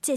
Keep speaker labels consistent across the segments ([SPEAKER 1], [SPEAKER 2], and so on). [SPEAKER 1] 解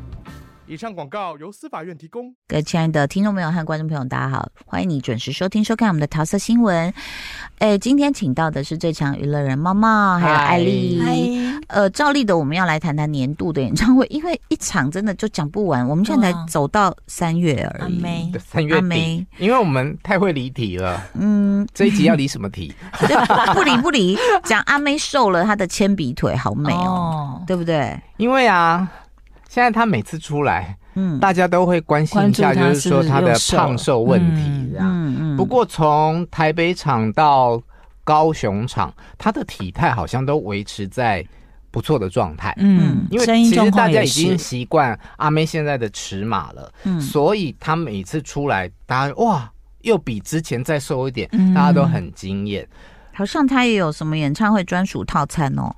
[SPEAKER 2] 以上广告由司法院提供。
[SPEAKER 3] 各位亲爱的听众朋友和观众朋友，大家好，欢迎你准时收听收看我们的桃色新闻。哎，今天请到的是最强娱乐人猫猫，还有
[SPEAKER 2] 嗨
[SPEAKER 3] 艾丽。呃，照例的我们要来谈谈年度的演唱会，因为一场真的就讲不完，我们现在才
[SPEAKER 4] 嗯
[SPEAKER 3] 走到三月而
[SPEAKER 4] 阿
[SPEAKER 3] 已。
[SPEAKER 4] 妹，
[SPEAKER 2] 三月
[SPEAKER 3] 阿
[SPEAKER 2] 底，
[SPEAKER 3] 梅，
[SPEAKER 2] 因为我们太会离题了，
[SPEAKER 3] 嗯，
[SPEAKER 2] 这一集要离什么题？
[SPEAKER 3] 对，不理不理，讲阿妹瘦了她的铅笔腿，好美哦，
[SPEAKER 4] 哦，
[SPEAKER 3] 对不对？
[SPEAKER 2] 因为啊，现在他每次出来，
[SPEAKER 3] 嗯
[SPEAKER 2] 大家都会关心一下，
[SPEAKER 4] 关注他
[SPEAKER 2] 就是说他的胖瘦问题这样。
[SPEAKER 3] 嗯嗯
[SPEAKER 2] 不过从台北场到高雄场，他的体态好像都维持在不错的状态。
[SPEAKER 4] 嗯，
[SPEAKER 2] 因为
[SPEAKER 4] 声音
[SPEAKER 2] 其
[SPEAKER 4] 状
[SPEAKER 2] 实大
[SPEAKER 4] 况
[SPEAKER 2] 家
[SPEAKER 4] 也
[SPEAKER 2] 已经
[SPEAKER 4] 是，
[SPEAKER 2] 习惯阿妹现在的尺码了，
[SPEAKER 3] 嗯
[SPEAKER 2] 所以她每次出来，大家哇又比之前再瘦一点，
[SPEAKER 4] 嗯
[SPEAKER 2] 大家都很惊艳。
[SPEAKER 3] 好像她也有什么演唱会专属套餐哦，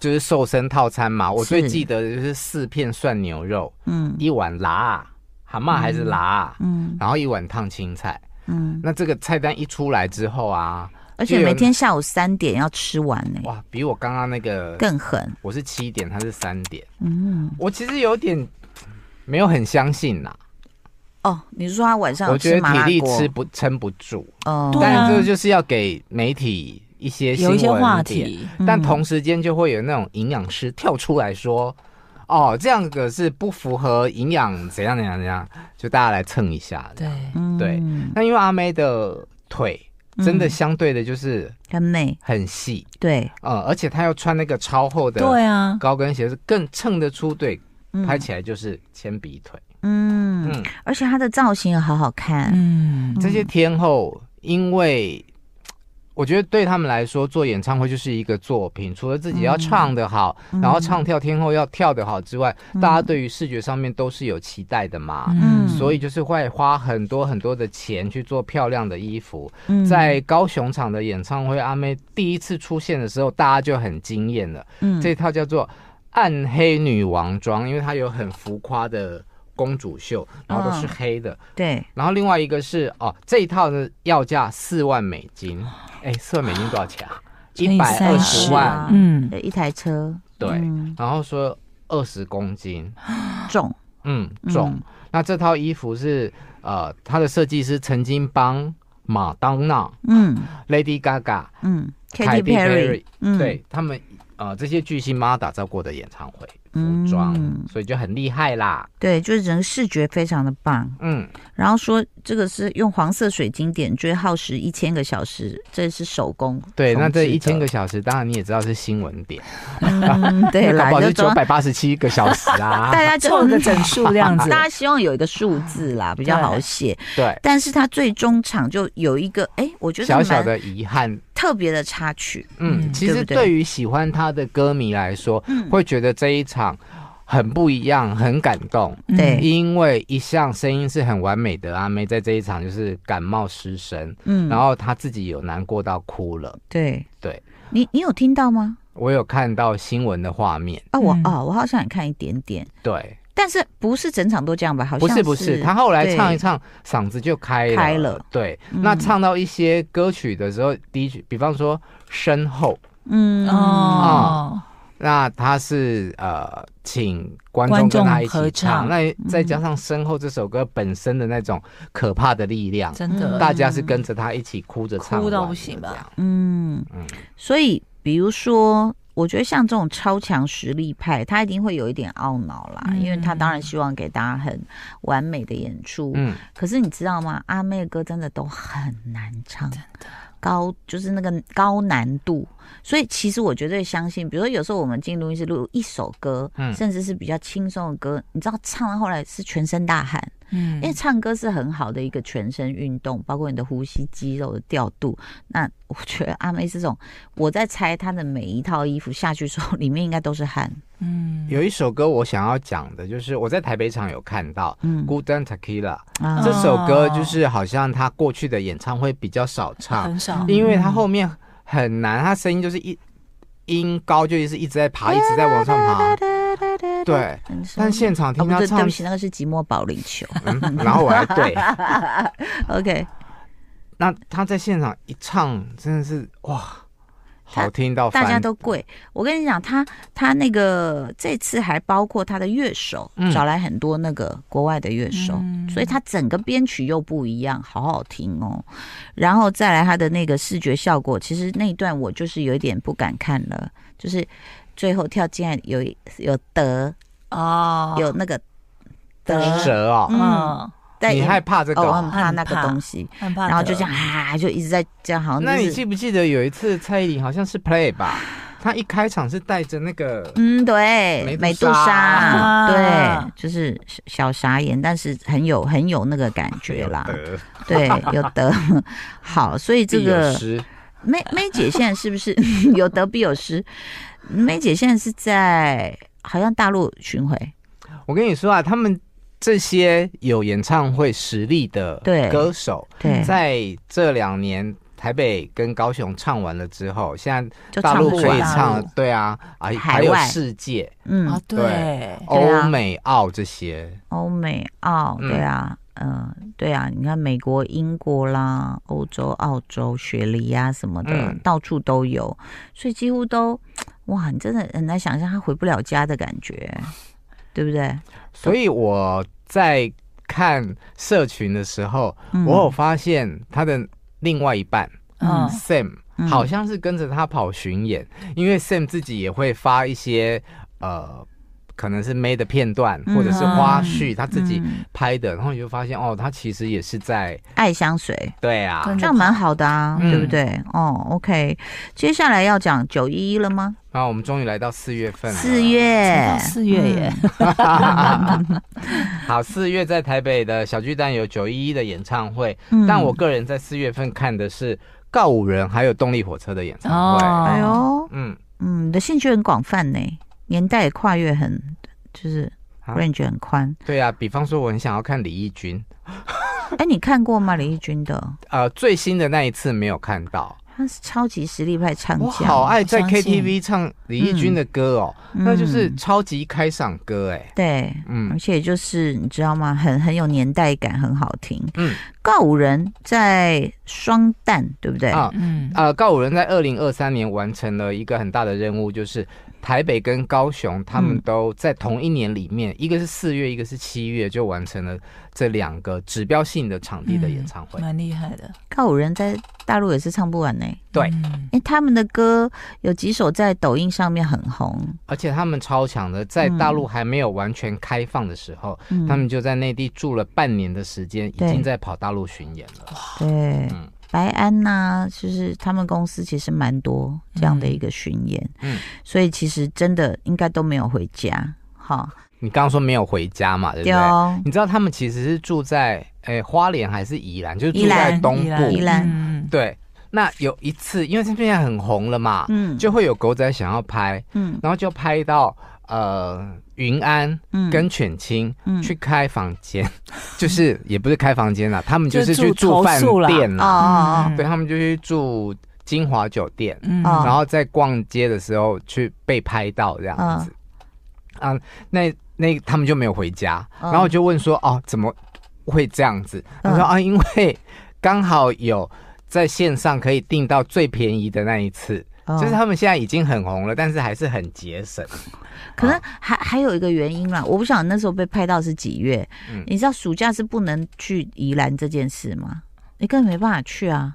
[SPEAKER 2] 就是瘦身套餐嘛，我最
[SPEAKER 3] 是
[SPEAKER 2] 记得就是四片涮牛肉，
[SPEAKER 3] 嗯
[SPEAKER 2] 一碗辣啊蛤蟆还是辣，啊
[SPEAKER 3] 嗯
[SPEAKER 2] 然后一碗烫青菜。
[SPEAKER 3] 嗯，
[SPEAKER 2] 那这个菜单一出来之后啊，
[SPEAKER 3] 而且每天下午三点要吃完呢、
[SPEAKER 2] 哇，比我刚刚那个
[SPEAKER 3] 更狠，
[SPEAKER 2] 我是七点，他是三点，
[SPEAKER 3] 嗯。
[SPEAKER 2] 我其实有点没有很相信啦，
[SPEAKER 3] 哦，你是说他晚上有
[SPEAKER 2] 我觉
[SPEAKER 3] 吃
[SPEAKER 2] 得
[SPEAKER 3] 麻辣
[SPEAKER 2] 体力
[SPEAKER 3] 锅？
[SPEAKER 2] 吃不撑不住。
[SPEAKER 3] 哦，
[SPEAKER 4] 对啊
[SPEAKER 2] 但这个就是要给媒体一些新
[SPEAKER 4] 有
[SPEAKER 2] 闻
[SPEAKER 4] 一些话
[SPEAKER 2] 点，
[SPEAKER 4] 题，嗯
[SPEAKER 2] 但同时间就会有那种营养师跳出来说：“哦，这样子是不符合营养，怎样怎样怎样。”就大家来蹭一下。
[SPEAKER 4] 对，
[SPEAKER 3] 嗯
[SPEAKER 2] 对，那因为阿妹的腿真的相对的就是
[SPEAKER 3] 很美，
[SPEAKER 2] 很细，
[SPEAKER 3] 对，
[SPEAKER 2] 呃，而且她又穿那个超厚的
[SPEAKER 4] 嗯对啊，
[SPEAKER 2] 高跟鞋，是更衬得出对，
[SPEAKER 3] 嗯
[SPEAKER 2] 拍起来就是铅笔腿。
[SPEAKER 3] 嗯，
[SPEAKER 2] 嗯，
[SPEAKER 3] 而且他的造型也好好看，
[SPEAKER 4] 嗯，
[SPEAKER 2] 这些天后，因为我觉得对他们来说，做演唱会就是一个作品，除了自己要唱得好，
[SPEAKER 3] 嗯
[SPEAKER 2] 然后唱跳天后要跳得好之外，大家对于视觉上面都是有期待的嘛。
[SPEAKER 3] 嗯
[SPEAKER 2] 所以就是会花很多很多的钱去做漂亮的衣服，
[SPEAKER 3] 嗯
[SPEAKER 2] 在高雄场的演唱会，阿妹第一次出现的时候，大家就很惊艳了。
[SPEAKER 3] 嗯
[SPEAKER 2] 这套叫做暗黑女王装，因为它有很浮夸的公主袖，然后都是
[SPEAKER 3] 嗯
[SPEAKER 2] 黑的，
[SPEAKER 3] 对，
[SPEAKER 2] 然后另外一个是哦，这一套的要价四万美金，
[SPEAKER 3] 啊
[SPEAKER 2] 哎，四万美金多少钱啊？
[SPEAKER 4] 乘
[SPEAKER 2] 一
[SPEAKER 4] 以
[SPEAKER 2] 百二
[SPEAKER 4] 30
[SPEAKER 2] 十万，
[SPEAKER 3] 啊
[SPEAKER 4] 嗯，
[SPEAKER 3] 有一台车，
[SPEAKER 2] 对。
[SPEAKER 3] 嗯
[SPEAKER 2] 然后说二十公斤，
[SPEAKER 3] 重，
[SPEAKER 2] 嗯，重。
[SPEAKER 3] 嗯
[SPEAKER 2] 那这套衣服是呃，它的设计师曾经帮马当娜、
[SPEAKER 3] 嗯
[SPEAKER 2] Lady Gaga、
[SPEAKER 3] 嗯，Katy
[SPEAKER 2] Katy
[SPEAKER 3] Perry，嗯，
[SPEAKER 2] 对他们呃这些巨星妈打造过的演唱会服装，
[SPEAKER 3] 嗯
[SPEAKER 2] 所以就很厉害啦。
[SPEAKER 3] 对，就是整个视觉非常的棒。
[SPEAKER 2] 嗯，
[SPEAKER 3] 然后说这个是用黄色水晶点缀，耗时一千个小时，这是手工缝制的。
[SPEAKER 2] 对。那这一千个小时，当然你也知道是新闻点，
[SPEAKER 3] 嗯， 对
[SPEAKER 2] 搞
[SPEAKER 3] 啦，
[SPEAKER 2] 不好
[SPEAKER 3] 就是
[SPEAKER 2] 九
[SPEAKER 3] 装
[SPEAKER 2] 百八十七个小时 啊。
[SPEAKER 3] 大家就
[SPEAKER 4] 凑个整数这样 子，
[SPEAKER 3] 大家希望有一个数字啦，比较好写。
[SPEAKER 2] 对，
[SPEAKER 3] 但是他最终场就有一个，哎、我觉得
[SPEAKER 2] 小小
[SPEAKER 3] 蛮
[SPEAKER 2] 的遗憾
[SPEAKER 3] 特别的插曲，
[SPEAKER 2] 嗯，
[SPEAKER 4] 嗯
[SPEAKER 2] 其
[SPEAKER 3] 对
[SPEAKER 2] 实
[SPEAKER 3] 不对
[SPEAKER 2] 对于喜欢他的歌迷来说，会觉得这一场很不一样，很感动。
[SPEAKER 3] 嗯对
[SPEAKER 2] 因为一向声音是很完美的阿妹，在这一场就是感冒失声，
[SPEAKER 3] 嗯，
[SPEAKER 2] 然后她自己有难过到哭了。
[SPEAKER 3] 对
[SPEAKER 2] 对，
[SPEAKER 3] 你你有听到吗？
[SPEAKER 2] 我有看到新闻的画面，
[SPEAKER 3] 啊，我
[SPEAKER 4] 嗯
[SPEAKER 3] 啊，我好像也看一点点，
[SPEAKER 2] 对，
[SPEAKER 3] 但是不是整场都这样吧？好
[SPEAKER 2] 不
[SPEAKER 3] 像
[SPEAKER 2] 是不
[SPEAKER 3] 是
[SPEAKER 2] 是，，她后来
[SPEAKER 3] 对
[SPEAKER 2] 唱一唱，嗓子就开了。
[SPEAKER 3] 开了
[SPEAKER 2] 对，
[SPEAKER 3] 嗯
[SPEAKER 2] 那唱到一些歌曲的时候，第一句，比方说身后。
[SPEAKER 3] 嗯哦，
[SPEAKER 4] 哦，
[SPEAKER 2] 那他是呃，请观众跟他一起
[SPEAKER 4] 观众合
[SPEAKER 2] 唱，
[SPEAKER 4] 唱
[SPEAKER 2] 那再加上身后这首歌本身的那种可怕的力量，
[SPEAKER 4] 真的，
[SPEAKER 2] 大家是跟着他一起哭着唱完的，
[SPEAKER 4] 嗯哭到不行吧
[SPEAKER 2] 这样？
[SPEAKER 3] 嗯
[SPEAKER 2] 嗯，
[SPEAKER 3] 所以比如说。我觉得像这种超强实力派，他一定会有一点懊恼啦，因为他当然希望给大家很完美的演出，
[SPEAKER 2] 嗯，
[SPEAKER 3] 可是你知道吗？阿妹的歌真的都很难唱，真的高就是那个高难度。所以其实我绝对相信，比如说有时候我们进录音室录一首歌，
[SPEAKER 2] 嗯
[SPEAKER 3] 甚至是比较轻松的歌，你知道唱到后来是全身大汗，
[SPEAKER 2] 嗯
[SPEAKER 3] 因为唱歌是很好的一个全身运动，包括你的呼吸、肌肉的调度。那我觉得阿妹这种，我在猜她的每一套衣服下去之后，里面应该都是汗。
[SPEAKER 4] 嗯，
[SPEAKER 2] 有一首歌我想要讲的，就是我在台北场有看到《
[SPEAKER 3] 嗯，
[SPEAKER 2] 孤单 Tequila》
[SPEAKER 4] 哦
[SPEAKER 3] 啊
[SPEAKER 2] 这首歌，就是好像他过去的演唱会比较少唱，
[SPEAKER 4] 很少。
[SPEAKER 2] 因为他后面很难，他声音就是一音高就是一直在爬，一直在往上爬。
[SPEAKER 4] 嗯
[SPEAKER 2] 对，
[SPEAKER 3] 很少
[SPEAKER 2] 但现场
[SPEAKER 3] 哦，
[SPEAKER 2] 听
[SPEAKER 3] 不
[SPEAKER 2] 他
[SPEAKER 3] 对，对
[SPEAKER 2] 唱
[SPEAKER 3] 不，起，那个是《寂寞保龄 球。
[SPEAKER 2] 嗯，然后我还对，》
[SPEAKER 3] OK，
[SPEAKER 2] 那他在现场一唱，真的是哇，好听到
[SPEAKER 3] 大家
[SPEAKER 2] 翻
[SPEAKER 3] 都贵。我跟你讲，他他那个这次还包括他的乐手，
[SPEAKER 2] 嗯
[SPEAKER 3] 找来很多那个国外的乐手，
[SPEAKER 4] 嗯
[SPEAKER 3] 所以他整个编曲又不一样，好好听哦。然后再来他的那个视觉效果，其实那一段我就是有一点不敢看了，就是最后跳进来有有德
[SPEAKER 2] 啊
[SPEAKER 4] 哦，
[SPEAKER 3] 有那个德，
[SPEAKER 2] 蛇哦，
[SPEAKER 4] 嗯，
[SPEAKER 3] 在
[SPEAKER 2] 你
[SPEAKER 3] 演
[SPEAKER 2] 害怕这个
[SPEAKER 3] 哦，我
[SPEAKER 2] 哦？
[SPEAKER 3] 很怕那个
[SPEAKER 4] 很怕
[SPEAKER 3] 东西，
[SPEAKER 4] 很怕得。
[SPEAKER 3] 然后就这样啊，就一直在这样，好像、就是、
[SPEAKER 2] 那你记不记得有一次蔡依林好像是 play 吧，她一开场是带着那个，
[SPEAKER 3] 嗯，对，
[SPEAKER 2] 美
[SPEAKER 3] 美
[SPEAKER 2] 杜
[SPEAKER 3] 杜
[SPEAKER 2] 莎
[SPEAKER 3] 莎，
[SPEAKER 4] 啊
[SPEAKER 3] 对，就是小傻眼，但是很有很有那个感觉啦，
[SPEAKER 2] 呃
[SPEAKER 3] 对，有得 好，所以这
[SPEAKER 2] 必有
[SPEAKER 3] 个
[SPEAKER 2] 时
[SPEAKER 3] 梅梅姐现在是不是 有得必有失？梅姐现在是在好像大陆巡回，
[SPEAKER 2] 我跟你说啊，他们这些有演唱会实力的
[SPEAKER 3] 对
[SPEAKER 2] 歌手，
[SPEAKER 3] 对，
[SPEAKER 2] 嗯在这两年台北跟高雄唱完了之后，现
[SPEAKER 3] 就
[SPEAKER 2] 在大
[SPEAKER 3] 唱
[SPEAKER 2] 陆
[SPEAKER 3] 不
[SPEAKER 2] 可
[SPEAKER 3] 完
[SPEAKER 2] 以唱
[SPEAKER 4] 大陆，
[SPEAKER 2] 对啊，啊，还
[SPEAKER 3] 海
[SPEAKER 2] 有
[SPEAKER 3] 外
[SPEAKER 2] 世界、
[SPEAKER 3] 嗯
[SPEAKER 4] 啊，，对，
[SPEAKER 3] 对
[SPEAKER 2] 欧
[SPEAKER 3] 啊
[SPEAKER 2] 美澳这些，
[SPEAKER 3] 欧美澳，
[SPEAKER 2] 嗯
[SPEAKER 3] 对啊，嗯、对啊，你看美国、英国啦，欧洲、澳洲、雪梨啊什么的，
[SPEAKER 2] 嗯
[SPEAKER 3] 到处都有，所以几乎都，哇，你真的很难想象他回不了家的感觉，对不对？
[SPEAKER 2] 所以我在看社群的时候，
[SPEAKER 3] 嗯
[SPEAKER 2] 我有发现他的另外一半、
[SPEAKER 4] 嗯
[SPEAKER 2] Sam。
[SPEAKER 3] 嗯
[SPEAKER 2] 好像是跟着他跑巡演，因为 Sam 自己也会发一些呃，可能是 May 的片段
[SPEAKER 3] 嗯
[SPEAKER 2] 或者是花絮，他自己
[SPEAKER 3] 嗯
[SPEAKER 2] 拍的，然后你就发现哦，他其实也是在
[SPEAKER 3] 爱相随。
[SPEAKER 2] 对啊，
[SPEAKER 4] 跟
[SPEAKER 3] 这样蛮好的啊，
[SPEAKER 2] 嗯
[SPEAKER 3] 对不对？哦，OK，接下来要讲九一一了吗？
[SPEAKER 2] 然后我们终于来到四月份了，
[SPEAKER 3] 四月，
[SPEAKER 4] 四月耶，
[SPEAKER 2] 好，四月在台北的小巨蛋有九一一的演唱会，
[SPEAKER 3] 嗯
[SPEAKER 2] 但我个人在四月份看的是告五人还有动力火车的演唱会，
[SPEAKER 4] 哦
[SPEAKER 3] 哎呦，
[SPEAKER 2] 嗯，
[SPEAKER 3] 嗯，你的兴趣很广泛呢，年代也跨越很，就是
[SPEAKER 2] 啊
[SPEAKER 3] range 很 宽。
[SPEAKER 2] 对啊，比方说我很想要看李翊君，
[SPEAKER 3] 哎，你看过吗？李翊君的，
[SPEAKER 2] 呃，最新的那一次没有看到。
[SPEAKER 3] 他是超级实力派唱
[SPEAKER 2] 我
[SPEAKER 3] 将，
[SPEAKER 2] 好爱在
[SPEAKER 4] 相信
[SPEAKER 2] KTV 唱李翊君的歌哦，
[SPEAKER 3] 嗯
[SPEAKER 2] 那就是超级开嗓歌哎、
[SPEAKER 3] 对，
[SPEAKER 2] 嗯
[SPEAKER 3] 而且就是你知道吗？很很有年代感，很好听。
[SPEAKER 2] 嗯，
[SPEAKER 3] 告五人在双旦，对不对？
[SPEAKER 2] 啊
[SPEAKER 4] 嗯，
[SPEAKER 2] 呃，告五人在二零二三年完成了一个很大的任务，就是台北跟高雄他们
[SPEAKER 3] 嗯
[SPEAKER 2] 都在同一年里面，一个是四月，一个是七月，就完成了这两个指标性的场地的演唱会。
[SPEAKER 4] 蛮厉害的。
[SPEAKER 3] 告五人在大陆也是唱不完呢。
[SPEAKER 2] 对
[SPEAKER 4] 嗯
[SPEAKER 3] 哎，他们的歌有几首在抖音上面很红，
[SPEAKER 2] 而且他们超强的，在大陆还没有完全开放的时候，
[SPEAKER 3] 嗯
[SPEAKER 2] 他们就在内地住了半年的时间，已
[SPEAKER 3] 对
[SPEAKER 2] 经在跑大陆巡演了。
[SPEAKER 3] 对
[SPEAKER 2] 嗯
[SPEAKER 3] 白安呐、就是他们公司其实蛮多这样的一个巡演，
[SPEAKER 2] 嗯
[SPEAKER 3] 所以其实真的应该都没有回家，哈，
[SPEAKER 2] 你刚刚说没有回家嘛，对不
[SPEAKER 3] 对
[SPEAKER 2] 对？
[SPEAKER 3] 哦，
[SPEAKER 2] 你知道他们其实是住在诶、花莲还是宜兰，就是住
[SPEAKER 3] 宜
[SPEAKER 2] 在
[SPEAKER 3] 兰
[SPEAKER 2] 东部。
[SPEAKER 3] 宜兰
[SPEAKER 4] 嗯
[SPEAKER 2] 对，那有一次，因为这边很红了嘛，
[SPEAKER 3] 嗯，
[SPEAKER 2] 就会有狗仔想要拍，
[SPEAKER 3] 嗯
[SPEAKER 2] 然后就拍到呃云安
[SPEAKER 3] 嗯
[SPEAKER 2] 跟犬青
[SPEAKER 3] 嗯
[SPEAKER 2] 去开房间， 就是也不是开房间啦，他们就是
[SPEAKER 4] 就
[SPEAKER 2] 去
[SPEAKER 4] 住
[SPEAKER 2] 住
[SPEAKER 4] 投
[SPEAKER 2] 饭
[SPEAKER 4] 宿啦
[SPEAKER 2] 店
[SPEAKER 3] 哦
[SPEAKER 2] 啦，
[SPEAKER 3] 哦哦
[SPEAKER 4] 嗯
[SPEAKER 2] 对他们就去住金华酒店，
[SPEAKER 4] 嗯
[SPEAKER 3] 哦
[SPEAKER 2] 然后在逛街的时候去被拍到这样
[SPEAKER 3] 嗯
[SPEAKER 2] 子，啊，那那他们就没有回家，
[SPEAKER 3] 嗯
[SPEAKER 2] 然后我就问说，哦，怎么会这样子？他说
[SPEAKER 3] 嗯
[SPEAKER 2] 啊，因为刚好有在线上可以订到最便宜的那一次，
[SPEAKER 3] 哦
[SPEAKER 2] 嗯就是他们现在已经很红了，但是还是很节省。
[SPEAKER 3] 可能还还有一个原因啦，我不晓得那时候被拍到是几月。
[SPEAKER 2] 嗯
[SPEAKER 3] 你知道暑假是不能去宜兰这件事吗？你根本没办法去啊，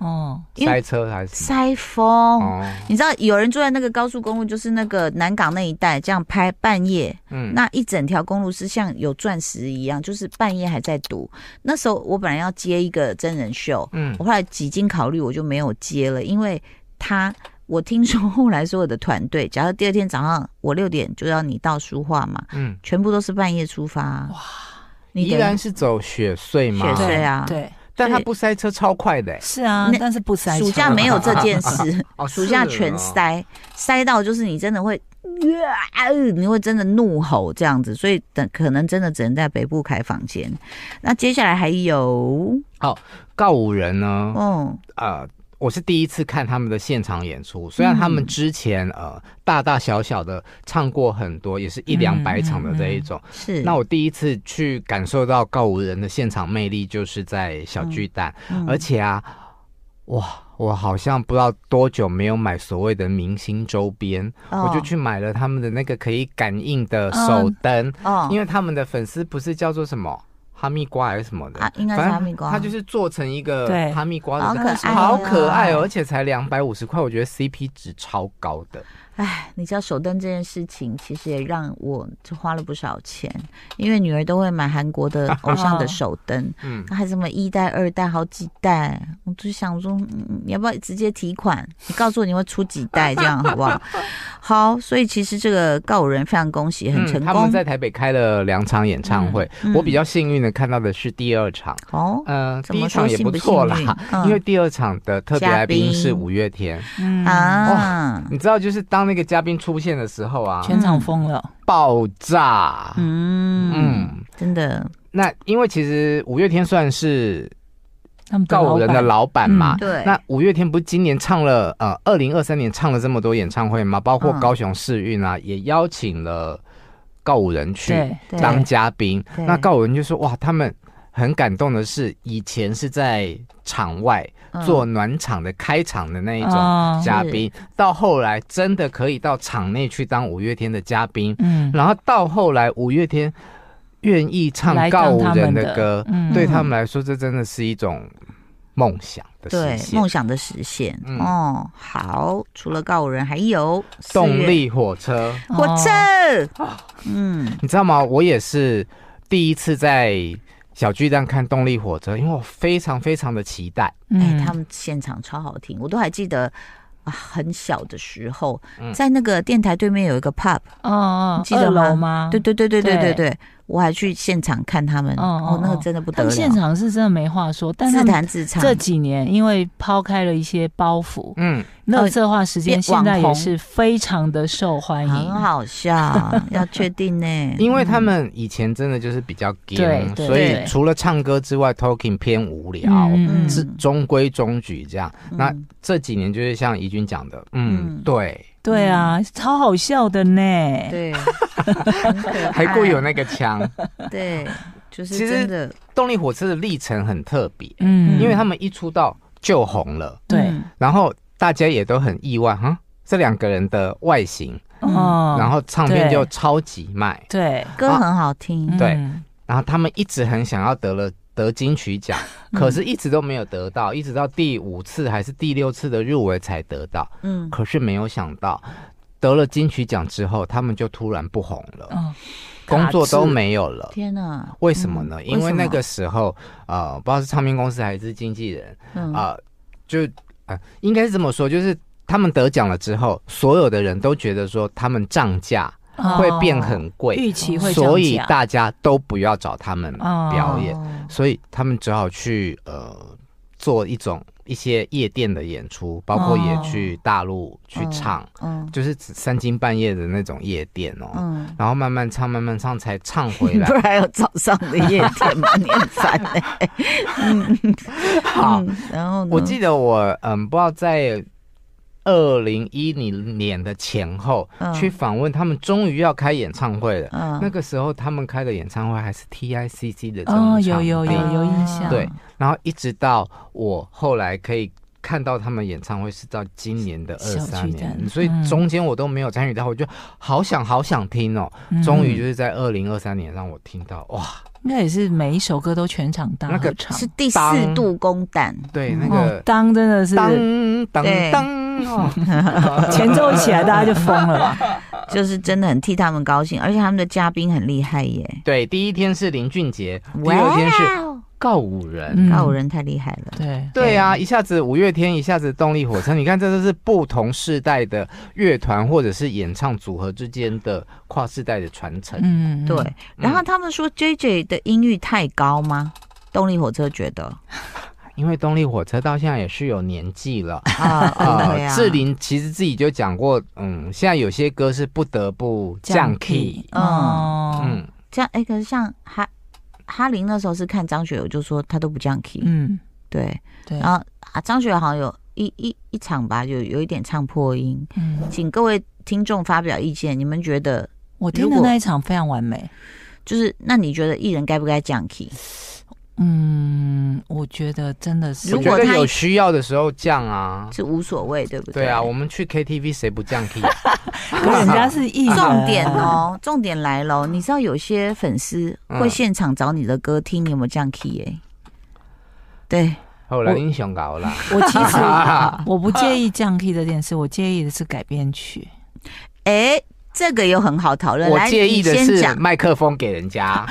[SPEAKER 2] 嗯
[SPEAKER 4] 哦，
[SPEAKER 3] 因为
[SPEAKER 2] 塞车还是
[SPEAKER 3] 塞风。
[SPEAKER 2] 哦，
[SPEAKER 3] 你知道有人住在那个高速公路，就是那个南港那一带，这样拍半夜，
[SPEAKER 2] 嗯，
[SPEAKER 3] 那一整条公路是像有钻石一样，就是半夜还在堵。那时候我本来要接一个真人秀，
[SPEAKER 2] 嗯
[SPEAKER 3] 我后来几经考虑，我就没有接了，因为他我听说后来所有的团队，假如第二天早上我六点就要你到书画嘛，
[SPEAKER 2] 嗯，
[SPEAKER 3] 全部都是半夜出发。哇！啊你
[SPEAKER 2] 依
[SPEAKER 3] 的
[SPEAKER 2] 然是走雪隧嘛，
[SPEAKER 3] 雪隧对啊
[SPEAKER 4] 对，
[SPEAKER 2] 但它不塞车超快的、欸，
[SPEAKER 4] 是啊
[SPEAKER 3] 那，
[SPEAKER 4] 但是不塞车
[SPEAKER 3] 暑假没有这件事，
[SPEAKER 2] 哦
[SPEAKER 3] 暑假
[SPEAKER 2] 是
[SPEAKER 3] 全
[SPEAKER 2] 哦
[SPEAKER 3] 塞，塞到就是你真的会。啊你会真的怒吼这样子，所以等可能真的只能在北部开房间。那接下来还有，
[SPEAKER 2] 告五人呢，
[SPEAKER 3] 嗯，
[SPEAKER 2] 呃，我是第一次看他们的现场演出，虽然他们之前呃大大小小的唱过很多，也是一两百场的这一种。
[SPEAKER 3] 是
[SPEAKER 2] 那我第一次去感受到告五人的现场魅力，就是在小巨蛋，而且啊，哇，我好像不知道多久没有买所谓的明星周边，
[SPEAKER 3] 哦
[SPEAKER 2] 我就去买了他们的那个可以感应的手灯，
[SPEAKER 3] 哦，
[SPEAKER 2] 因为他们的粉丝不是叫做什么哈密瓜还是什么的
[SPEAKER 3] 啊应该是
[SPEAKER 2] 反正
[SPEAKER 3] 哈密瓜
[SPEAKER 2] 它就是做成一
[SPEAKER 4] 对
[SPEAKER 2] 个哈密瓜的
[SPEAKER 3] 好
[SPEAKER 2] 灯，
[SPEAKER 3] 可爱
[SPEAKER 2] 好
[SPEAKER 3] 哦
[SPEAKER 2] 可爱哦，而且才两百五十块，我觉得 CP 值超高的。
[SPEAKER 3] 哎，你知道手灯这件事情，其实也让我就花了不少钱，因为女儿都会买韩国 的偶像的手灯，
[SPEAKER 2] 嗯，
[SPEAKER 3] 还什么一代、二代，好几代，我就想说，嗯，你要不要直接提款？你告诉我你会出几代，这样好不好？好，所以其实这个告五人非常恭喜，很成
[SPEAKER 2] 嗯他
[SPEAKER 3] 功
[SPEAKER 2] 们。在台北开了两场演唱会，
[SPEAKER 3] 嗯嗯
[SPEAKER 2] 我比较幸运的看到的是第二场，
[SPEAKER 3] 哦，
[SPEAKER 2] 嗯，
[SPEAKER 3] 怎
[SPEAKER 2] 第
[SPEAKER 3] 么
[SPEAKER 2] 一
[SPEAKER 3] 说
[SPEAKER 2] 场也
[SPEAKER 3] 幸不
[SPEAKER 2] 错
[SPEAKER 3] 幸
[SPEAKER 2] 啦
[SPEAKER 3] 运，嗯
[SPEAKER 2] 因为第二场的特别来
[SPEAKER 3] 嘉
[SPEAKER 2] 宾
[SPEAKER 3] 宾
[SPEAKER 2] 是五月天，
[SPEAKER 4] 嗯
[SPEAKER 3] 啊，
[SPEAKER 2] 你知道，就是当那个嘉宾出现的时候啊，
[SPEAKER 4] 全场疯了，
[SPEAKER 2] 爆炸，
[SPEAKER 3] 嗯，
[SPEAKER 2] 嗯
[SPEAKER 3] 真的，
[SPEAKER 2] 那因为其实五月天算是
[SPEAKER 4] 他们的
[SPEAKER 2] 告五人的
[SPEAKER 4] 老
[SPEAKER 2] 老板嘛，
[SPEAKER 4] 嗯
[SPEAKER 3] 对
[SPEAKER 2] 那五月天不是今年唱了呃，二零二三年唱了这么多演唱会嘛，包括
[SPEAKER 3] 嗯
[SPEAKER 2] 高雄世运啊，也邀请了告五人去
[SPEAKER 4] 对
[SPEAKER 3] 对
[SPEAKER 2] 当嘉宾。
[SPEAKER 3] 对
[SPEAKER 2] 那告五人就说哇，他们很感动的是，以前是在场外
[SPEAKER 3] 嗯
[SPEAKER 2] 做暖场的开场的那一种
[SPEAKER 4] 哦
[SPEAKER 2] 嘉宾，到后来真的可以到场内去当五月天的嘉宾，
[SPEAKER 4] 嗯，
[SPEAKER 2] 然后到后来五月天愿意唱
[SPEAKER 4] 来
[SPEAKER 2] 告
[SPEAKER 4] 当
[SPEAKER 2] 五
[SPEAKER 4] 他
[SPEAKER 2] 人
[SPEAKER 4] 们
[SPEAKER 2] 的
[SPEAKER 4] 的
[SPEAKER 2] 歌，
[SPEAKER 4] 嗯
[SPEAKER 2] 对他们来说，这真的是一种梦想的
[SPEAKER 3] 对
[SPEAKER 2] 实现
[SPEAKER 3] 梦。想的实现。
[SPEAKER 2] 嗯
[SPEAKER 3] 哦，好，除了告五人，还有四
[SPEAKER 2] 动
[SPEAKER 3] 月
[SPEAKER 2] 力火车，
[SPEAKER 3] 火
[SPEAKER 4] 哦
[SPEAKER 3] 车。嗯，
[SPEAKER 2] 你知道吗？我也是第一次在小巨蛋看动力火车，因为我非常非常的期待。
[SPEAKER 3] 哎，
[SPEAKER 4] 嗯，
[SPEAKER 3] 他们现场超好听，我都还记得。啊，很小的时候
[SPEAKER 2] 嗯，
[SPEAKER 3] 在那个电台对面有一个 pub，、
[SPEAKER 4] 哦，哦
[SPEAKER 3] 你记得
[SPEAKER 4] 二
[SPEAKER 3] 吗
[SPEAKER 4] 楼吗？
[SPEAKER 3] 对对对对对对
[SPEAKER 4] 嗯对
[SPEAKER 3] 对，我还去现场看他们，
[SPEAKER 4] 哦哦
[SPEAKER 3] 哦，那个
[SPEAKER 4] 哦
[SPEAKER 3] 真的不得
[SPEAKER 4] 他
[SPEAKER 3] 了，
[SPEAKER 4] 们现场是真的没话说，但
[SPEAKER 3] 自
[SPEAKER 4] 他们
[SPEAKER 3] 弹自唱，
[SPEAKER 4] 这几年因为抛开了一些包袱，
[SPEAKER 2] 嗯，
[SPEAKER 4] 乐色化时间
[SPEAKER 3] 变网
[SPEAKER 4] 现在也
[SPEAKER 3] 红
[SPEAKER 4] 是非常的受欢迎，
[SPEAKER 3] 很好笑， 要确定呢，
[SPEAKER 2] 因为他们以前真的就是比较 gay，、
[SPEAKER 4] 对对
[SPEAKER 2] 所以
[SPEAKER 4] 对
[SPEAKER 2] 除了唱歌之外，talking 偏无聊。
[SPEAKER 4] 嗯
[SPEAKER 3] 嗯
[SPEAKER 2] 是中规中矩这样，
[SPEAKER 3] 嗯
[SPEAKER 2] 那这几年就是像怡君讲的，嗯，
[SPEAKER 3] 嗯
[SPEAKER 2] 对，
[SPEAKER 4] 对啊，超好笑的呢。
[SPEAKER 3] 对，很可爱
[SPEAKER 2] 还故有那个腔，
[SPEAKER 3] 对，就是
[SPEAKER 2] 其实
[SPEAKER 3] 真的，
[SPEAKER 2] 动力火车的历程很特别，
[SPEAKER 4] 嗯
[SPEAKER 2] 因为他们一出道就红了，
[SPEAKER 4] 对
[SPEAKER 3] 嗯
[SPEAKER 2] 然后大家也都很意外哈，这两个人的外形，
[SPEAKER 4] 哦，
[SPEAKER 2] 嗯然后唱片
[SPEAKER 4] 对
[SPEAKER 2] 就超级卖，
[SPEAKER 4] 对
[SPEAKER 3] 歌很好听，
[SPEAKER 2] 对
[SPEAKER 4] 嗯
[SPEAKER 2] 然后他们一直很想要得了得金曲奖，可是一直都没有得到，一直到第五次还是第六次的入围才得到，
[SPEAKER 3] 嗯，
[SPEAKER 2] 可是没有想到。得了金曲奖之后，他们就突然不红了，
[SPEAKER 4] 哦
[SPEAKER 2] 工作
[SPEAKER 4] 卡
[SPEAKER 2] 都
[SPEAKER 4] 住
[SPEAKER 2] 没有了。
[SPEAKER 3] 天哪，
[SPEAKER 2] 为什么呢？
[SPEAKER 3] 嗯
[SPEAKER 2] 因
[SPEAKER 3] 为
[SPEAKER 2] 为
[SPEAKER 3] 什么
[SPEAKER 2] 那个时候，呃，不知道是唱片公司还是经纪人
[SPEAKER 3] 嗯
[SPEAKER 2] 啊、就呃，应该是这么说，就是他们得奖了之后，所有的人都觉得说他们涨价会变很贵，
[SPEAKER 4] 哦预期会啊
[SPEAKER 2] 所以
[SPEAKER 4] 涨价
[SPEAKER 2] 大家都不要找他们
[SPEAKER 4] 哦
[SPEAKER 2] 表演，
[SPEAKER 3] 哦
[SPEAKER 2] 所以他们只好去呃做一种一些夜店的演出，包括
[SPEAKER 4] 哦
[SPEAKER 2] 也去大陆去唱，
[SPEAKER 3] 嗯
[SPEAKER 2] 就是三更半夜的那种夜店哦。
[SPEAKER 3] 嗯，
[SPEAKER 2] 然后慢慢唱，慢慢唱，才 唱回来
[SPEAKER 3] 不。然还有早上的夜店吗？你很烦哎、
[SPEAKER 2] 好，
[SPEAKER 3] 嗯，然后呢
[SPEAKER 2] 我记得我嗯，不知道在二零一零年的前后、
[SPEAKER 3] 嗯
[SPEAKER 2] 去访问他们，终于要开演唱会了。
[SPEAKER 3] 嗯
[SPEAKER 2] 那个时候他们开的演唱会还是 TICC 的这种
[SPEAKER 4] 哦，
[SPEAKER 2] 场
[SPEAKER 4] 有有有
[SPEAKER 2] 地
[SPEAKER 4] 有嗯印象，
[SPEAKER 2] 对，然后一直到我后来可以看到他们演唱会是到今年的二
[SPEAKER 4] 小
[SPEAKER 2] 三
[SPEAKER 4] 巨蛋
[SPEAKER 2] 年，所以
[SPEAKER 4] 嗯
[SPEAKER 2] 中间我都没有参与到，我就好想好想听哦。
[SPEAKER 4] 嗯
[SPEAKER 2] 终于就是在二零二三年让我听到哇，
[SPEAKER 4] 应该也是每一首歌都全场大
[SPEAKER 2] 那个
[SPEAKER 4] 合唱，
[SPEAKER 3] 是第四度公蛋，
[SPEAKER 2] 对那
[SPEAKER 4] 哦
[SPEAKER 2] 个
[SPEAKER 4] 当真的是
[SPEAKER 2] 当当
[SPEAKER 3] 对
[SPEAKER 2] 当哦，
[SPEAKER 4] 前奏一起来，大家就疯了吧？
[SPEAKER 3] 就是真的很替他们高兴，而且他们的嘉宾很厉害耶。
[SPEAKER 2] 对，第一天是林俊杰，第
[SPEAKER 3] 哇
[SPEAKER 2] 二
[SPEAKER 3] 哦
[SPEAKER 2] 天是告五人。
[SPEAKER 4] 嗯
[SPEAKER 3] 告五人太厉害了。
[SPEAKER 4] 对，
[SPEAKER 2] 对啊，一下子五月天，一下子动力火车，你看这都是不同世代的乐团或者是演唱组合之间的跨世代的传承。
[SPEAKER 4] 嗯，嗯
[SPEAKER 3] 对，，然后他们说 J J 的音域太高吗？动力火车觉得
[SPEAKER 2] 因为动力火车到现在也是有年纪了，
[SPEAKER 3] 啊，对啊，
[SPEAKER 2] 志玲其实自己就讲过，嗯，现在有些歌是不得不降 key，
[SPEAKER 3] 嗯
[SPEAKER 4] 哦，
[SPEAKER 2] 嗯，
[SPEAKER 3] 这样哎，可是像哈哈林那时候是看张学友，就说他都不降 key，
[SPEAKER 4] 嗯，
[SPEAKER 3] 对，
[SPEAKER 4] 对，
[SPEAKER 3] 然后啊张学友好像有一一一场吧，有有一点唱破音，
[SPEAKER 4] 嗯，
[SPEAKER 3] 请各位听众发表意见，你们觉得
[SPEAKER 4] 我听的
[SPEAKER 3] 如果
[SPEAKER 4] 那一场非常完美。
[SPEAKER 3] 就是那你觉得艺人该不该降 key？
[SPEAKER 4] 嗯，我觉得真的是
[SPEAKER 3] 如
[SPEAKER 2] 我
[SPEAKER 3] 果
[SPEAKER 2] 觉
[SPEAKER 3] 他
[SPEAKER 2] 得有需要的时候降啊。
[SPEAKER 3] 是无所谓，对不对？
[SPEAKER 2] 对啊，我们去 KTV 谁不降 key？
[SPEAKER 4] 可 人家是艺 人，
[SPEAKER 3] 重 点，哦，重点来了哦，你知道有些粉丝会
[SPEAKER 2] 嗯
[SPEAKER 3] 现场找你的歌听，你有没有降 key 哎、对，
[SPEAKER 2] 后来英雄搞啦，
[SPEAKER 4] 我其实我不介意降 key 这件事，我介意的是改编曲。
[SPEAKER 3] 哎、这个又很好讨论。
[SPEAKER 2] 我
[SPEAKER 3] 来
[SPEAKER 2] 介意
[SPEAKER 3] 你
[SPEAKER 2] 的
[SPEAKER 3] 先
[SPEAKER 2] 是
[SPEAKER 3] 讲，
[SPEAKER 2] 麦克风给人家。
[SPEAKER 4] 啊，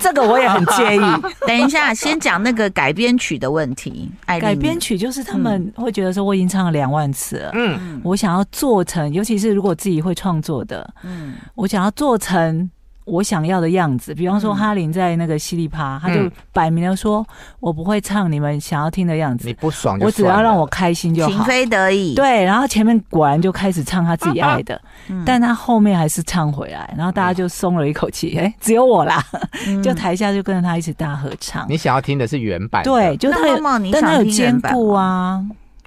[SPEAKER 4] 这个我也很介意。
[SPEAKER 3] 等一下，先讲那个改编曲的问题。艾丽
[SPEAKER 4] 改编，曲就是他们会觉得说，我已经唱了两万次了，
[SPEAKER 2] 嗯，
[SPEAKER 3] 嗯
[SPEAKER 4] 我想要做成，尤其是如果自己会创作的，
[SPEAKER 3] 嗯
[SPEAKER 4] 我想要做成我想要的样子。比方说，
[SPEAKER 3] 嗯
[SPEAKER 4] 哈林在那个犀利趴，他就
[SPEAKER 2] 嗯
[SPEAKER 4] 摆明了说，我不会唱你们想要听的样子
[SPEAKER 2] 你，不爽就
[SPEAKER 4] 我只
[SPEAKER 2] 算了
[SPEAKER 4] 要让我开心就
[SPEAKER 3] 情
[SPEAKER 4] 好。
[SPEAKER 3] 非得已。，
[SPEAKER 4] 对，然后前面果然就开始唱他自己爱的，
[SPEAKER 3] 嗯
[SPEAKER 4] 但他后面还是唱回来，然后大家就松了一口气，哎、只有我啦，
[SPEAKER 3] 嗯
[SPEAKER 4] 就台下就跟着他一起大合唱
[SPEAKER 2] 你。想要听的是原版的，
[SPEAKER 4] 对，就他
[SPEAKER 3] 那猫
[SPEAKER 4] 有，
[SPEAKER 3] 猫，你
[SPEAKER 4] 但他有
[SPEAKER 3] 想听
[SPEAKER 4] 兼
[SPEAKER 3] 原版
[SPEAKER 4] 顾
[SPEAKER 3] 吗？
[SPEAKER 4] 啊，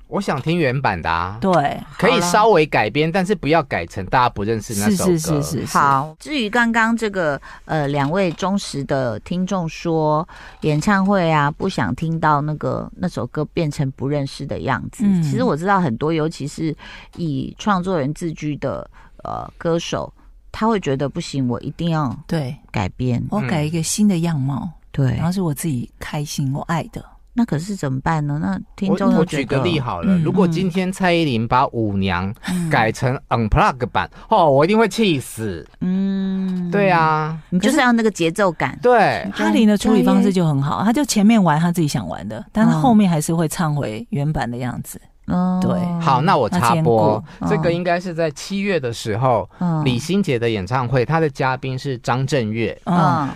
[SPEAKER 2] 我想听原版的啊，
[SPEAKER 4] 对，
[SPEAKER 2] 可
[SPEAKER 3] 好
[SPEAKER 2] 以
[SPEAKER 3] 啦
[SPEAKER 2] 稍微改编，但是不要改成大家不认识那
[SPEAKER 4] 是
[SPEAKER 2] 首歌。
[SPEAKER 4] 是是是，是，
[SPEAKER 3] 好，至于刚刚这个呃，两位忠实的听众说，演唱会啊，不想听到那个那首歌变成不认识的样子。
[SPEAKER 4] 嗯
[SPEAKER 3] 其实我知道很多，尤其是以创作人自居的呃歌手，他会觉得不行，我一定要
[SPEAKER 4] 对
[SPEAKER 3] 改编。
[SPEAKER 4] 我改一个新的样貌，
[SPEAKER 3] 嗯对
[SPEAKER 4] 哦然，后是我自己开心我爱的，
[SPEAKER 3] 那可是怎么办呢？那听
[SPEAKER 2] 我
[SPEAKER 3] 众
[SPEAKER 2] 我
[SPEAKER 3] 又
[SPEAKER 2] 举
[SPEAKER 3] 觉
[SPEAKER 2] 个
[SPEAKER 3] 得
[SPEAKER 2] 例好了，
[SPEAKER 4] 嗯
[SPEAKER 2] 如果今天蔡依林把舞娘
[SPEAKER 3] 嗯
[SPEAKER 2] 改成 unplug 版，哦，我一定会气死。
[SPEAKER 3] 嗯，
[SPEAKER 2] 对，啊，
[SPEAKER 3] 你就是要那个节奏感。
[SPEAKER 2] 对，
[SPEAKER 4] 哈林的处理方式就很好，他就前面玩他自己想玩的，但他
[SPEAKER 3] 嗯
[SPEAKER 4] 后面还是会唱回原版的样子。
[SPEAKER 3] 嗯，
[SPEAKER 4] 对
[SPEAKER 2] 好，那我插播
[SPEAKER 3] 那兼顾，
[SPEAKER 2] 这个
[SPEAKER 3] 嗯
[SPEAKER 2] 应该是在七月的时候，
[SPEAKER 3] 嗯
[SPEAKER 2] 李心洁的演唱会，她的嘉宾是张震岳。
[SPEAKER 4] 嗯，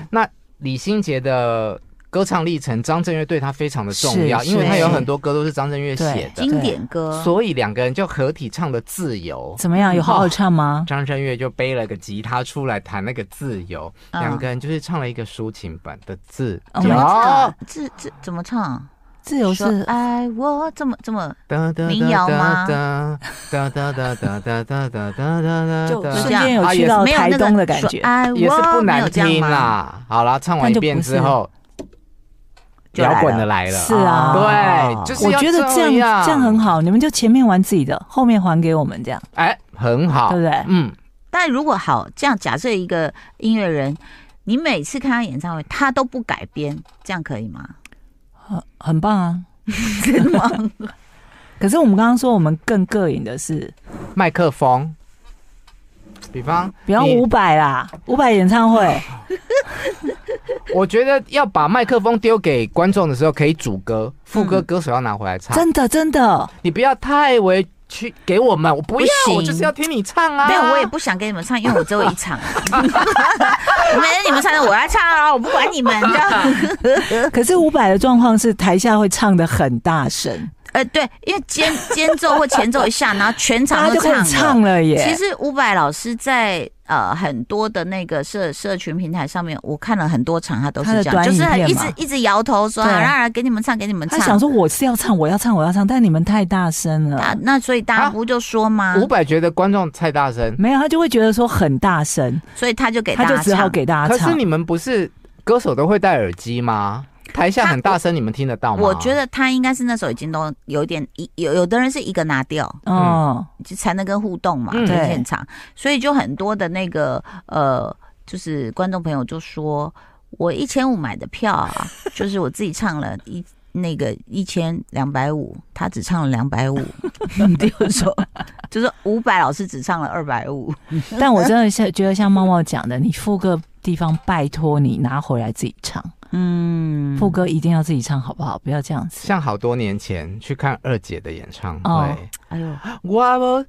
[SPEAKER 2] 李心洁的歌唱历程，张震岳对她非常的重要，
[SPEAKER 4] 是
[SPEAKER 2] 因为她有
[SPEAKER 3] 是
[SPEAKER 2] 很多歌都是张震岳写的，
[SPEAKER 3] 经典歌，
[SPEAKER 2] 所以两个人就合体唱的《自由》。
[SPEAKER 4] 怎么样？有好
[SPEAKER 3] 嗯
[SPEAKER 4] 好唱
[SPEAKER 3] 哦
[SPEAKER 4] 吗？
[SPEAKER 2] 张震岳就背了个吉他出来弹那个《自由》，
[SPEAKER 3] 嗯
[SPEAKER 2] 两个人就是唱了一个抒情版的《自由
[SPEAKER 4] 哦》没
[SPEAKER 3] 啊，这这怎么唱？啊
[SPEAKER 4] 自由
[SPEAKER 3] 说
[SPEAKER 4] 是
[SPEAKER 3] 爱我这么这么
[SPEAKER 2] 哒哒
[SPEAKER 3] 民谣吗
[SPEAKER 2] 哒哒哒哒哒哒哒哒哒哒
[SPEAKER 4] 就
[SPEAKER 2] 哒
[SPEAKER 4] 瞬
[SPEAKER 3] 这样
[SPEAKER 4] 间有去到
[SPEAKER 3] 没啊有
[SPEAKER 4] 台
[SPEAKER 3] 那个
[SPEAKER 4] 东的感觉
[SPEAKER 3] 说，爱我
[SPEAKER 2] 也是不
[SPEAKER 3] 没有
[SPEAKER 2] 难
[SPEAKER 3] 这样
[SPEAKER 2] 听
[SPEAKER 3] 吗，
[SPEAKER 2] 啦。好啦，唱完
[SPEAKER 4] 但
[SPEAKER 2] 一
[SPEAKER 4] 就
[SPEAKER 2] 遍
[SPEAKER 4] 不
[SPEAKER 2] 之
[SPEAKER 4] 是
[SPEAKER 2] 后，
[SPEAKER 3] 就来了
[SPEAKER 2] 摇滚的来了。
[SPEAKER 4] 是啊
[SPEAKER 3] 哦
[SPEAKER 2] 对，就是
[SPEAKER 4] 我
[SPEAKER 2] 要
[SPEAKER 4] 觉得这样
[SPEAKER 2] 样
[SPEAKER 4] 这样很，好，你们就前面玩自己的，后面还给我们这样，
[SPEAKER 2] 哎，很好，
[SPEAKER 4] 对不
[SPEAKER 3] 哎
[SPEAKER 4] 对
[SPEAKER 2] 嗯，
[SPEAKER 3] 但如果好这样，假设一个音乐人，你每次看他演唱会，他都不改编，这样可以 吗？
[SPEAKER 4] 很很棒啊。
[SPEAKER 3] 真的吗？
[SPEAKER 4] 可是我们刚刚说，我们更膈应的是，
[SPEAKER 2] 麦克风，比方，
[SPEAKER 4] 比方
[SPEAKER 2] 你
[SPEAKER 4] 伍佰啦，伍佰演 唱会，
[SPEAKER 2] 我觉得要把麦克风丢给观众的时候，可以主歌、副歌，
[SPEAKER 3] 嗯
[SPEAKER 2] 歌手要拿回来唱。
[SPEAKER 4] 真的真的，
[SPEAKER 2] 你不要太委屈给我们，我不要，
[SPEAKER 3] 不行
[SPEAKER 2] 我就是要听你唱啊。
[SPEAKER 3] 没有，我也不想给你们唱，因为我只有一 场。没你们唱的，我要唱哦，我不管你们。这样
[SPEAKER 4] 可是伍佰的状况是台下会唱的很大声，
[SPEAKER 3] 呃，对，因为间间奏或前奏一下，然后全场
[SPEAKER 4] 大家
[SPEAKER 3] 都
[SPEAKER 4] 就
[SPEAKER 3] 唱
[SPEAKER 4] 开
[SPEAKER 3] 了。
[SPEAKER 4] 始唱了耶。
[SPEAKER 3] 其实伍佰老师在呃很多的那个社社群平台上面，我看了很多场，他都是这
[SPEAKER 4] 他
[SPEAKER 3] 样，就
[SPEAKER 4] 的
[SPEAKER 3] 是
[SPEAKER 4] 短
[SPEAKER 3] 一
[SPEAKER 4] 影片
[SPEAKER 3] 直
[SPEAKER 4] 嘛
[SPEAKER 3] 一直摇头说：“
[SPEAKER 4] 对
[SPEAKER 3] 啊，让人给你们唱，给你们
[SPEAKER 4] 他想
[SPEAKER 3] 唱。
[SPEAKER 4] 说呃我是要唱，我要唱，我要唱，但你们太大声”
[SPEAKER 3] 啊
[SPEAKER 4] 了，，
[SPEAKER 3] 那所以大家
[SPEAKER 2] 啊
[SPEAKER 3] 不就说吗？
[SPEAKER 2] 伍佰觉得观众太大声，
[SPEAKER 4] 没有，他就会觉得说很大声，
[SPEAKER 3] 所以他就给
[SPEAKER 4] 他
[SPEAKER 3] 大
[SPEAKER 4] 就
[SPEAKER 3] 家
[SPEAKER 4] 只好
[SPEAKER 3] 唱。
[SPEAKER 4] 给大
[SPEAKER 2] 可
[SPEAKER 4] 家
[SPEAKER 2] 是
[SPEAKER 4] 唱
[SPEAKER 2] 你。们不是歌手都会戴耳机吗？台下很大声，你们听得到吗？
[SPEAKER 3] 我觉得他应该是那时候已经都有一点一有有的人是一个拿掉，
[SPEAKER 4] 哦，
[SPEAKER 3] 就才能跟互动嘛，
[SPEAKER 2] 嗯
[SPEAKER 3] 跟
[SPEAKER 4] 对
[SPEAKER 3] 现场，所以就很多的那个呃，就是观众朋友就说，我一千五买的票 啊，就是我自己唱了一。那个一千两百五，他只唱了两百 五，
[SPEAKER 4] 嗯
[SPEAKER 3] 就是 说，就是伍佰老师只唱了二百五，
[SPEAKER 4] 但我真的是觉得像猫猫讲的，你副歌地方拜托你拿回来自己唱，
[SPEAKER 3] 嗯，
[SPEAKER 4] 副歌一定要自己唱，好不好？不要这样子。
[SPEAKER 2] 像好多年前去看二姐的演唱会，
[SPEAKER 4] 哦
[SPEAKER 3] 哎呦，
[SPEAKER 2] 哇哦，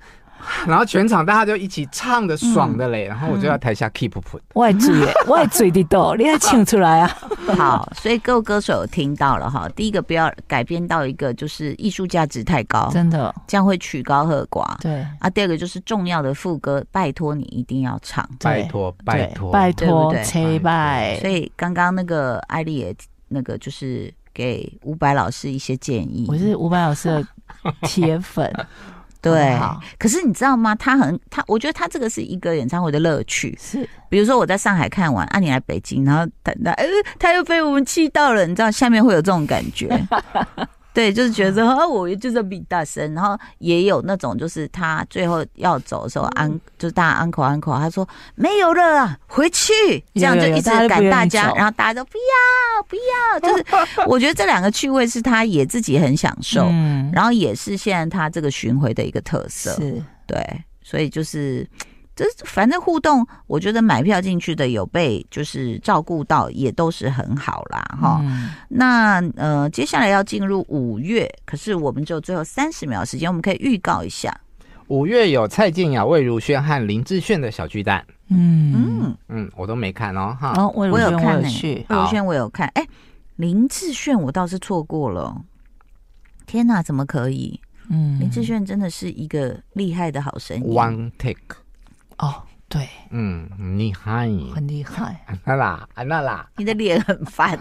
[SPEAKER 2] 然后全场大家就一起唱的爽
[SPEAKER 4] 嗯
[SPEAKER 2] 的嘞，然后我就在台下 keep 谱，
[SPEAKER 4] 我的嘴耶，我的嘴的豆，你还唱出 来啊？
[SPEAKER 3] 好，所以各位歌手有听到了哈，第一个不要改编到一个就是艺术价值太高，
[SPEAKER 4] 真的，
[SPEAKER 3] 这样会曲高和寡。
[SPEAKER 4] 对，
[SPEAKER 3] 啊，第二个就是重要的副歌，拜托你一定要唱。
[SPEAKER 2] 拜托拜
[SPEAKER 4] 对
[SPEAKER 2] 托，
[SPEAKER 4] 拜
[SPEAKER 3] 对不
[SPEAKER 4] 托，
[SPEAKER 3] 对
[SPEAKER 4] 切拜
[SPEAKER 3] 所。以刚刚那个艾丽也那个就是给伍佰老师一些建议。
[SPEAKER 4] 我是伍佰老师的 铁粉，
[SPEAKER 3] 对
[SPEAKER 4] 好，
[SPEAKER 3] 可是你知道吗？他很他，我觉得他这个是一个演唱会的乐趣。
[SPEAKER 4] 是
[SPEAKER 3] 比如说我在上海看完，啊，你来北京，然后他他呃，他又被我们气到了，你知道下面会有这种感 觉。对，就是觉得啊，我就是要比大声，然后也有那种就是他最后要走的时候，安、
[SPEAKER 4] 嗯
[SPEAKER 3] 就是大家安口安口，他说没有了啊，回去，这
[SPEAKER 4] 有
[SPEAKER 3] 样就
[SPEAKER 4] 有有
[SPEAKER 3] 一直
[SPEAKER 4] 大家都不
[SPEAKER 3] 赶
[SPEAKER 4] 愿意
[SPEAKER 3] 大家，
[SPEAKER 4] 走
[SPEAKER 3] 然后大家都不要不要， 就是我觉得这两个趣味是他也自己很享受，
[SPEAKER 4] 嗯
[SPEAKER 3] 然后也是现在他这个巡回的一个特色。
[SPEAKER 4] 是
[SPEAKER 3] 对，所以就是。这反正互动，我觉得买票进去的有被就是照顾到，也都是很好啦，哈、
[SPEAKER 4] 嗯
[SPEAKER 3] 那呃，接下来要进入五月，可是我们只有最后三十秒时间，我们可以预告一下。
[SPEAKER 2] 五月有蔡健雅、魏如萱和林志炫的小巨蛋，
[SPEAKER 4] 嗯，
[SPEAKER 3] 嗯，
[SPEAKER 2] 嗯，我都没看哦，哈，
[SPEAKER 4] 然后魏如
[SPEAKER 3] 我有
[SPEAKER 4] 萱我
[SPEAKER 3] 看
[SPEAKER 4] 有
[SPEAKER 3] 欸
[SPEAKER 4] 去，
[SPEAKER 3] 魏如
[SPEAKER 2] 好
[SPEAKER 3] 萱我有看，哎、林志炫我倒是错过了。天哪，怎么可以？
[SPEAKER 4] 嗯，
[SPEAKER 3] 林志炫真的是一个厉害的好声音。
[SPEAKER 2] One Take，
[SPEAKER 4] 哦，对，
[SPEAKER 2] 嗯，很厉害，
[SPEAKER 4] 很厉害。
[SPEAKER 2] 安娜啦，安娜啦，
[SPEAKER 3] 你的脸很烦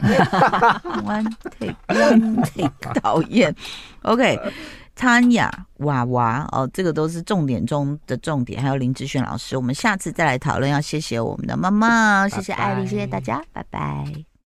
[SPEAKER 3] ，one take one take，讨 厌。OK，汤雅娃娃哦，这个都是重点中的重点，还有林志炫老师，我们下次再来讨论。要谢谢我们的妈妈，谢谢
[SPEAKER 2] 拜拜
[SPEAKER 3] 艾丽，谢谢大家，拜拜